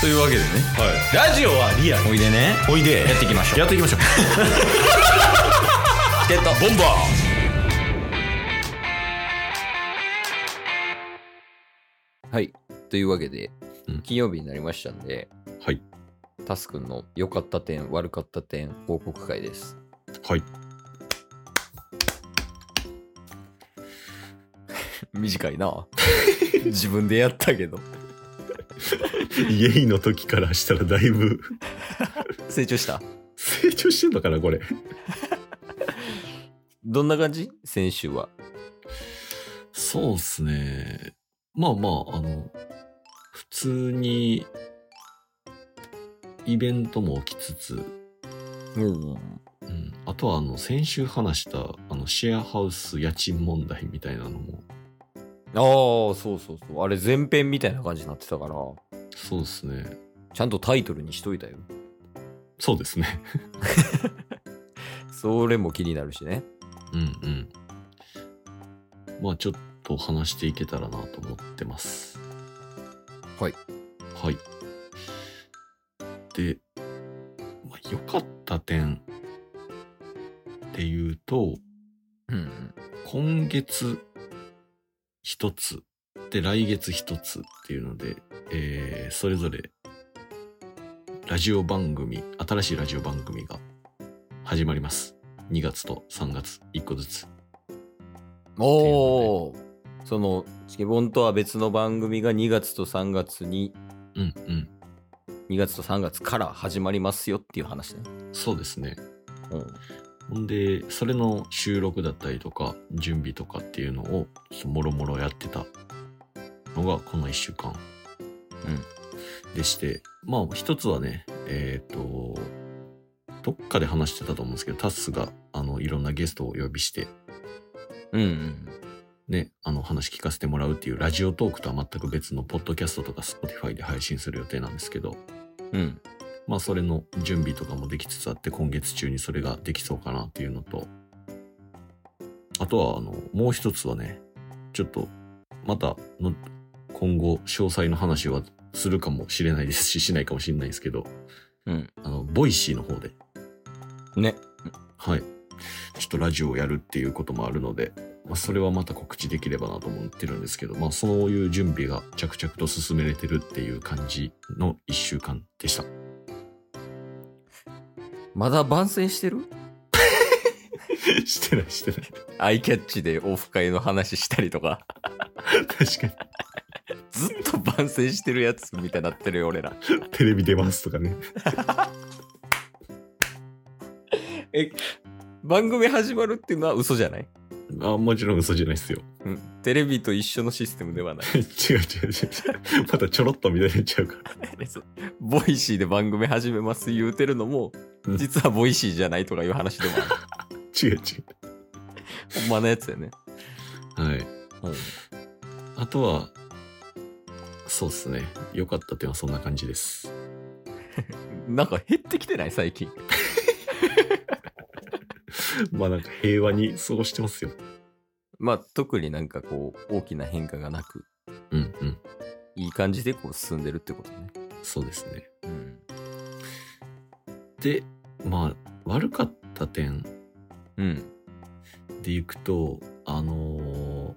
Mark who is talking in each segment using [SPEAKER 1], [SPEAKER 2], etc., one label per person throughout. [SPEAKER 1] というわけでね
[SPEAKER 2] ラジオはリアル
[SPEAKER 1] おいでね
[SPEAKER 2] おいで
[SPEAKER 1] やっていきましょう
[SPEAKER 2] やっていきましょう
[SPEAKER 1] チ ケットボンバーはいというわけで、
[SPEAKER 2] うん
[SPEAKER 1] 金曜日になりましたんで
[SPEAKER 2] はい
[SPEAKER 1] タスくんの良かった点悪かった点報告会です
[SPEAKER 2] はい
[SPEAKER 1] 短いな 自分でやったけど
[SPEAKER 2] イエイの時からしたらだいぶ
[SPEAKER 1] 成長した
[SPEAKER 2] 成長してんのかなこれ
[SPEAKER 1] どんな感じ先週は
[SPEAKER 2] そうっすねまあまああの普通にイベントも起きつつ、
[SPEAKER 1] うん
[SPEAKER 2] うん、あとはあの先週話したあのシェアハウス家賃問題みたいなのも
[SPEAKER 1] ああそうそうそうあれ前編みたいな感じになってたから
[SPEAKER 2] そうですね
[SPEAKER 1] ちゃんとタイトルにしといたよ
[SPEAKER 2] そうですね
[SPEAKER 1] それも気になるしね
[SPEAKER 2] うんうんまあちょっと話していけたらなと思ってます
[SPEAKER 1] はい
[SPEAKER 2] はいで、まあ、良かった点っていうと
[SPEAKER 1] うん
[SPEAKER 2] 今月一つで来月一つっていうので、えーそれぞれラジオ番組新しいラジオ番組が始まります2月と3月1個ずつ
[SPEAKER 1] おお、そのチケボンとは別の番組が2月と3月に
[SPEAKER 2] うんうん
[SPEAKER 1] 2月と3月から始まりますよっていう話ね。
[SPEAKER 2] そうですね
[SPEAKER 1] うん、
[SPEAKER 2] ほんでそれの収録だったりとか準備とかっていうのをもろもろやってたのがこの1週間でして、まあ、一つはね、えっ、と、どっかで話してたと思うんですけど、タスが、あの、いろんなゲストをお呼びして、
[SPEAKER 1] うん、うん
[SPEAKER 2] ね、あの、話聞かせてもらうっていう、ラジオトークとは全く別の、ポッドキャストとか、Spotify で配信する予定なんですけど、
[SPEAKER 1] うんうん
[SPEAKER 2] まあ、それの準備とかもできつつあって、今月中にそれができそうかなっていうのと、あとは、あの、もう一つはね、ちょっと、またの、今後、詳細の話はするかもしれないですし、し ないかもしれないですけど、
[SPEAKER 1] うん
[SPEAKER 2] あの、ボイシーの方で、
[SPEAKER 1] ね
[SPEAKER 2] はい。ちょっとラジオをやるっていうこともあるので、まあ、それはまた告知できればなと思ってるんですけど、まあ、そういう準備が着々と進めれてるっていう感じの一週間でした。
[SPEAKER 1] まだ番宣してる
[SPEAKER 2] してない、してない。
[SPEAKER 1] アイキャッチでオフ会の話したりとか
[SPEAKER 2] 確か
[SPEAKER 1] ずっと番宣してるやつみたいになってるよ俺ら。
[SPEAKER 2] に、テレビ出ますとかね。
[SPEAKER 1] え番組始まるっていうのは嘘じゃない、
[SPEAKER 2] あもちろん嘘じゃないですよ。
[SPEAKER 1] うん、テレビと一緒のシステムではない。
[SPEAKER 2] 違う違う違う違う。またちょろっと見られちゃうから。
[SPEAKER 1] ボイシーで番組始めます言うてるのも
[SPEAKER 2] うん
[SPEAKER 1] 実はボイシーじゃないとかいう話でもある。
[SPEAKER 2] 違う違
[SPEAKER 1] ほんまのやつやね。
[SPEAKER 2] う。はい。
[SPEAKER 1] うん
[SPEAKER 2] あとは、そうっすね。良かった点はそんな感じです。
[SPEAKER 1] なんか減ってきてない最近。
[SPEAKER 2] まあなんか平和に過ごしてますよ。
[SPEAKER 1] まあ特になんかこう大きな変化がなく、
[SPEAKER 2] うんうん。
[SPEAKER 1] いい感じでこう進んでるってことね。
[SPEAKER 2] そうですね。
[SPEAKER 1] うん。
[SPEAKER 2] で、まあ、悪かった点
[SPEAKER 1] うん。
[SPEAKER 2] でいくと、あのー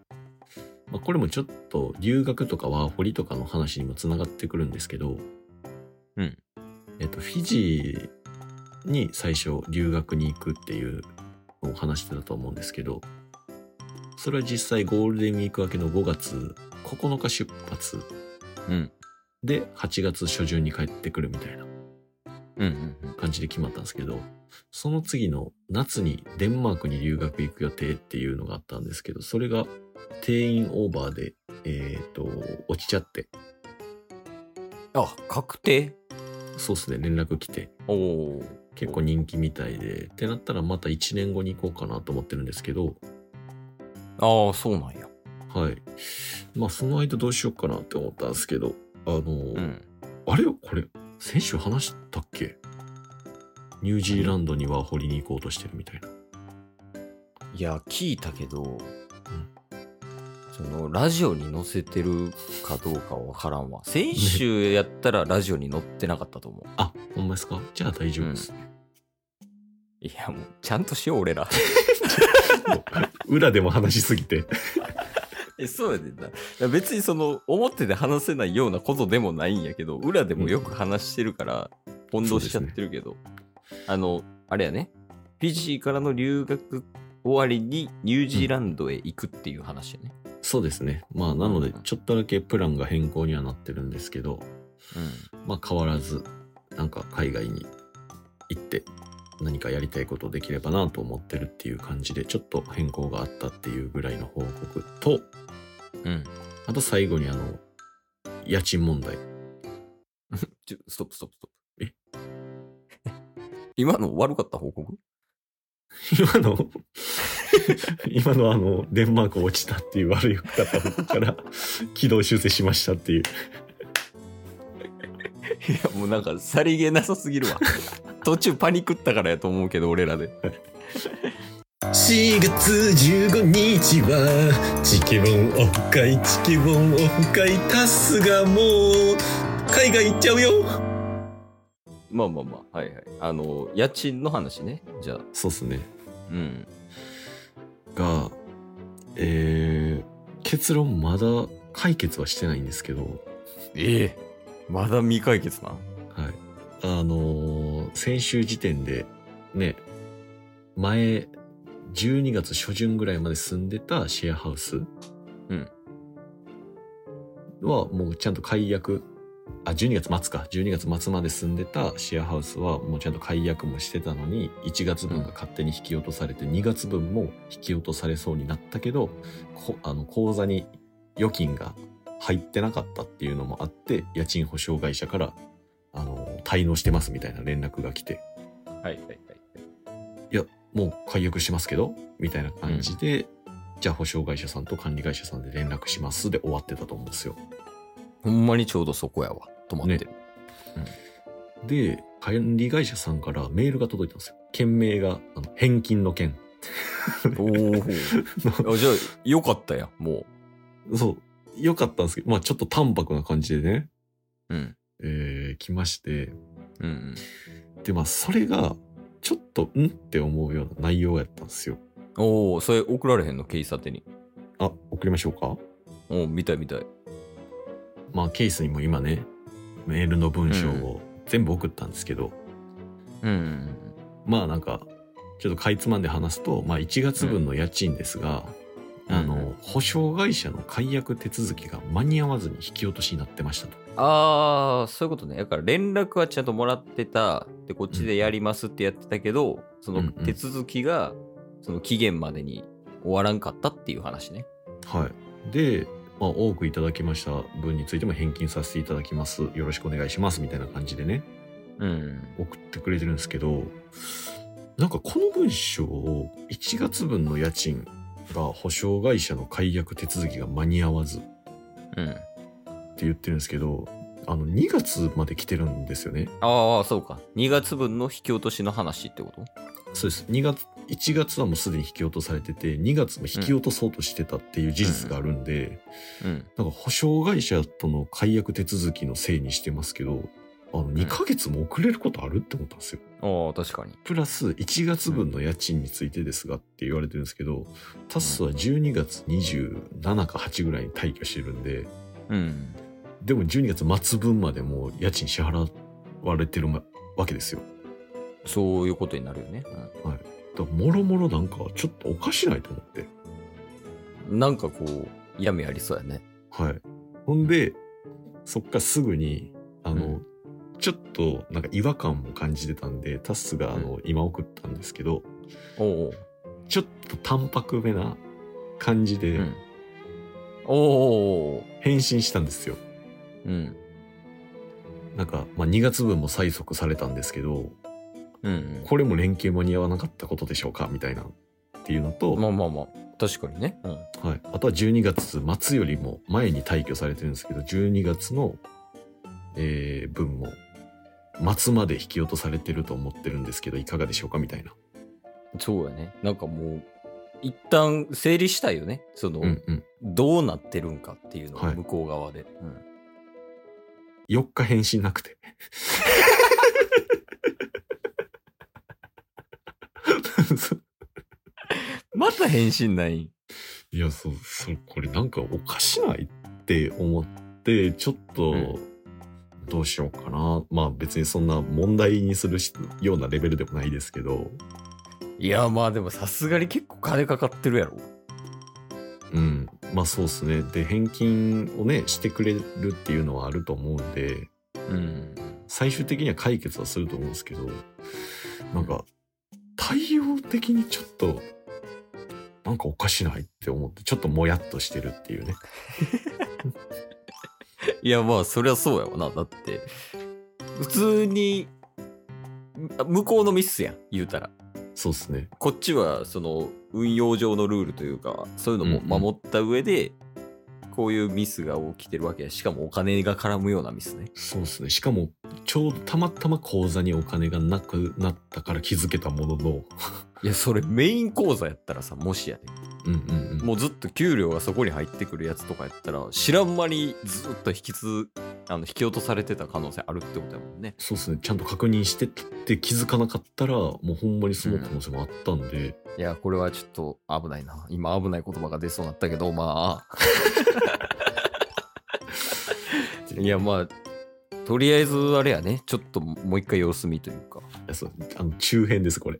[SPEAKER 2] まあ、これもちょっと留学とかワーホリとかの話にもつながってくるんですけど、
[SPEAKER 1] うん。
[SPEAKER 2] えっと、フィジーに最初留学に行くっていうのを話してたと思うんですけど、それは実際ゴールデンウィーク明けの5月9日出発
[SPEAKER 1] うん。
[SPEAKER 2] で8月初旬に帰ってくるみたいな。
[SPEAKER 1] うんうんうん。
[SPEAKER 2] 感じで決まったんですけど、その次の夏にデンマークに留学行く予定っていうのがあったんですけど、それが定員オーバーで、えっ、と、落ちちゃって、
[SPEAKER 1] あ、確定
[SPEAKER 2] そうっすね、連絡来て、
[SPEAKER 1] おお。
[SPEAKER 2] 結構人気みたいで、ってなったらまた1年後に行こうかなと思ってるんですけど、
[SPEAKER 1] ああ、そうなんや。
[SPEAKER 2] はい。まあ、その間どうしようかなって思ったんですけど、あの、
[SPEAKER 1] うん。
[SPEAKER 2] あれよ、これ、先週話したっけニュージーランドには掘りに行こうとしてるみたいな。
[SPEAKER 1] いや、聞いたけど、そのラジオに載せてるかどうかは分からんわ先週やったらラジオに載ってなかったと思う
[SPEAKER 2] あ、ほんまですかじゃあ大丈夫です。
[SPEAKER 1] いやもうちゃんとしよう俺ら
[SPEAKER 2] 裏でも話しすぎて。
[SPEAKER 1] えそうやでなだから別にその表で話せないようなことでもないんやけど裏でもよく話してるから混同しちゃってるけど、あのあれやねフィジーからの留学終わりにニュージーランドへ行くっていう話やね、
[SPEAKER 2] そうですね。まあ、なので、ちょっとだけプランが変更にはなってるんですけど、まあ、変わらず、なんか海外に行って、何かやりたいことできればなと思ってるっていう感じで、ちょっと変更があったっていうぐらいの報告と、
[SPEAKER 1] うんうん
[SPEAKER 2] あと最後にあの、家賃問題。
[SPEAKER 1] ちょストップストップストップ
[SPEAKER 2] え
[SPEAKER 1] 今の悪かった報告
[SPEAKER 2] 今の今のあのデンマーク落ちたっていう悪い方から軌道修正しましたっていう
[SPEAKER 1] いやもうなんかさりげなさすぎる わ途中パニックったからやと思うけど俺らで
[SPEAKER 2] 4月15日はチケボンオフ会チケボンオフ会タスがもう海外行っちゃうよ
[SPEAKER 1] まあまあまあはいはいあの家賃の話ねじゃあ
[SPEAKER 2] そうっすね
[SPEAKER 1] うん
[SPEAKER 2] がえー、結論まだ解決はしてないんですけど
[SPEAKER 1] ええまだ未解決な
[SPEAKER 2] はい。あのー先週時点で、ね、前、12月初旬ぐらいまで住んでたシェアハウス。
[SPEAKER 1] うん
[SPEAKER 2] は、もうちゃんと解約、あ、12月末か。12月末まで住んでたシェアハウスは、もうちゃんと解約もしてたのに、1月分が勝手に引き落とされて、2月分も引き落とされそうになったけど、こあの、口座に預金が入ってなかったっていうのもあって、家賃保証会社からあの、滞納してますみたいな連絡が来て、
[SPEAKER 1] はいはいはい
[SPEAKER 2] もう解約してますけど、みたいな感じで、じゃあ保証会社さんと管理会社さんで連絡しますで終わってたと思うんですよ。
[SPEAKER 1] ほんまにちょうどそこやわ止まってる、
[SPEAKER 2] で、管理会社さんからメールが届いたんですよ。件名が、あの返金の件。
[SPEAKER 1] おお じゃあよかったやんも
[SPEAKER 2] そう。よかったんですけど、まあちょっと淡白な感じでね、
[SPEAKER 1] ううん
[SPEAKER 2] えー、来まして、
[SPEAKER 1] うん
[SPEAKER 2] で、まあそれが、ちょっと、んって思うような内容やったんですよ。
[SPEAKER 1] うんおおそれ送られへんのケイサテに
[SPEAKER 2] あ、送りましょうか
[SPEAKER 1] おお見たい見たい
[SPEAKER 2] まあケースにも今ね、メールの文章を全部送ったんですけど、
[SPEAKER 1] うん
[SPEAKER 2] まあなんか、ちょっとかいつまんで話すと、まあ1月分の家賃ですが、
[SPEAKER 1] うん
[SPEAKER 2] あ
[SPEAKER 1] うん
[SPEAKER 2] の、保証会社の解約手続きが間に合わずに引き落としになってましたと。
[SPEAKER 1] ああそういうことねだから連絡はちゃんともらってたでこっちでやりますってやってたけど、そ
[SPEAKER 2] うん
[SPEAKER 1] の
[SPEAKER 2] うん
[SPEAKER 1] 手続きがその期限までに終わらんかったっていう話ね
[SPEAKER 2] はい。で、まあ多くいただきました分についても返金させていただきます。よろしくお願いします。みたいな感じでね、
[SPEAKER 1] うん
[SPEAKER 2] 送ってくれてるんですけど、なんかこの文章を1月分の家賃が保証会社の解約手続きが間に合わずって
[SPEAKER 1] うん
[SPEAKER 2] 言ってるんですけど、あの2月まで来てるんですよね。
[SPEAKER 1] ああそうか2月分の引き落としの話ってこと
[SPEAKER 2] そうです2月1月はもうすでに引き落とされてて2月も引き落とそうとしてたっていう事実があるんで、
[SPEAKER 1] うん
[SPEAKER 2] なんか保証会社との解約手続きのせいにしてますけどあの2ヶ月も遅れることあるって思ったんですよ。
[SPEAKER 1] ああ確かに
[SPEAKER 2] プラス1月分の家賃についてですがって言われてるんですけどタスは12月27か8ぐらいに退去してるんで
[SPEAKER 1] うん
[SPEAKER 2] でも12月末分までもう家賃支払われてるわけですよ。
[SPEAKER 1] そういうことになるよね、
[SPEAKER 2] だからもろもろなんかちょっとおかしないと思って。
[SPEAKER 1] うん、なんかこう嫌味ありそうやね
[SPEAKER 2] はい。ほんで、そっからすぐに、あの、
[SPEAKER 1] う
[SPEAKER 2] ちょっとなんか違和感も感じてたんで、タスがあの、今送ったんですけど、
[SPEAKER 1] おうおう
[SPEAKER 2] ちょっと淡白めな感じで
[SPEAKER 1] うんおうおうおう
[SPEAKER 2] 返信したんですよ。
[SPEAKER 1] うん
[SPEAKER 2] なんか、まあ、2月分も催促されたんですけど、
[SPEAKER 1] うん
[SPEAKER 2] これも連携間に合わなかったことでしょうかみたいなっていうのと、
[SPEAKER 1] まあまあまあ確かにねうん
[SPEAKER 2] はい、あとは12月末よりも前に退去されてるんですけど12月の、えー分も末まで引き落とされてると思ってるんですけどいかがでしょうかみたいな
[SPEAKER 1] そうやね。なんかもう、一旦整理したいよね。その、
[SPEAKER 2] うんうん。
[SPEAKER 1] どうなってるんかっていうのを
[SPEAKER 2] はい
[SPEAKER 1] 向こう側で。
[SPEAKER 2] 4日返信なくて。
[SPEAKER 1] また返信ない。
[SPEAKER 2] いや、そう、そう、これなんかおかしないって思って、ちょっと、
[SPEAKER 1] うん
[SPEAKER 2] どうしようかな。まあ別にそんな問題にするしようなレベルでもないですけど、
[SPEAKER 1] いや、まあでもさすがに結構金かかってるやろ。
[SPEAKER 2] うん。まあそうですね。で、返金をね、してくれるっていうのはあると思うんで、
[SPEAKER 1] うん。
[SPEAKER 2] 最終的には解決はすると思うんですけど、なんか、対応的にちょっと、なんかおかしないって思って、ちょっともやっとしてるっていうね。
[SPEAKER 1] いや、まあそりゃそうやわな。だって、普通に、む向こうのミスやん、言うたら。
[SPEAKER 2] そうですね。
[SPEAKER 1] こっちはその運用上のルールというかそういうのも守った上で、こういうミスが起きてるわけやしかもお金が絡むようなミスね
[SPEAKER 2] そうですね。しかも、ちょうどたまたま口座にお金がなくなったから気づけたものの、
[SPEAKER 1] いやそれメイン口座やったらさもしやで
[SPEAKER 2] うんうんうん。
[SPEAKER 1] もうずっと給料がそこに入ってくるやつとかやったら知らん間にずっと引きつあの引き落とされてた可能性あるってことやもんね
[SPEAKER 2] そうですね。ちゃんと確認してって気づかなかったら、もうほんまにその可能性もあったんで、
[SPEAKER 1] いやこれはちょっと危ないな今危ない言葉が出そうになったけどまあ いやまあとりあえずあれやねちょっともう一回様子見というか
[SPEAKER 2] いやそうあの中編です、これ。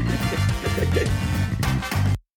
[SPEAKER 3] す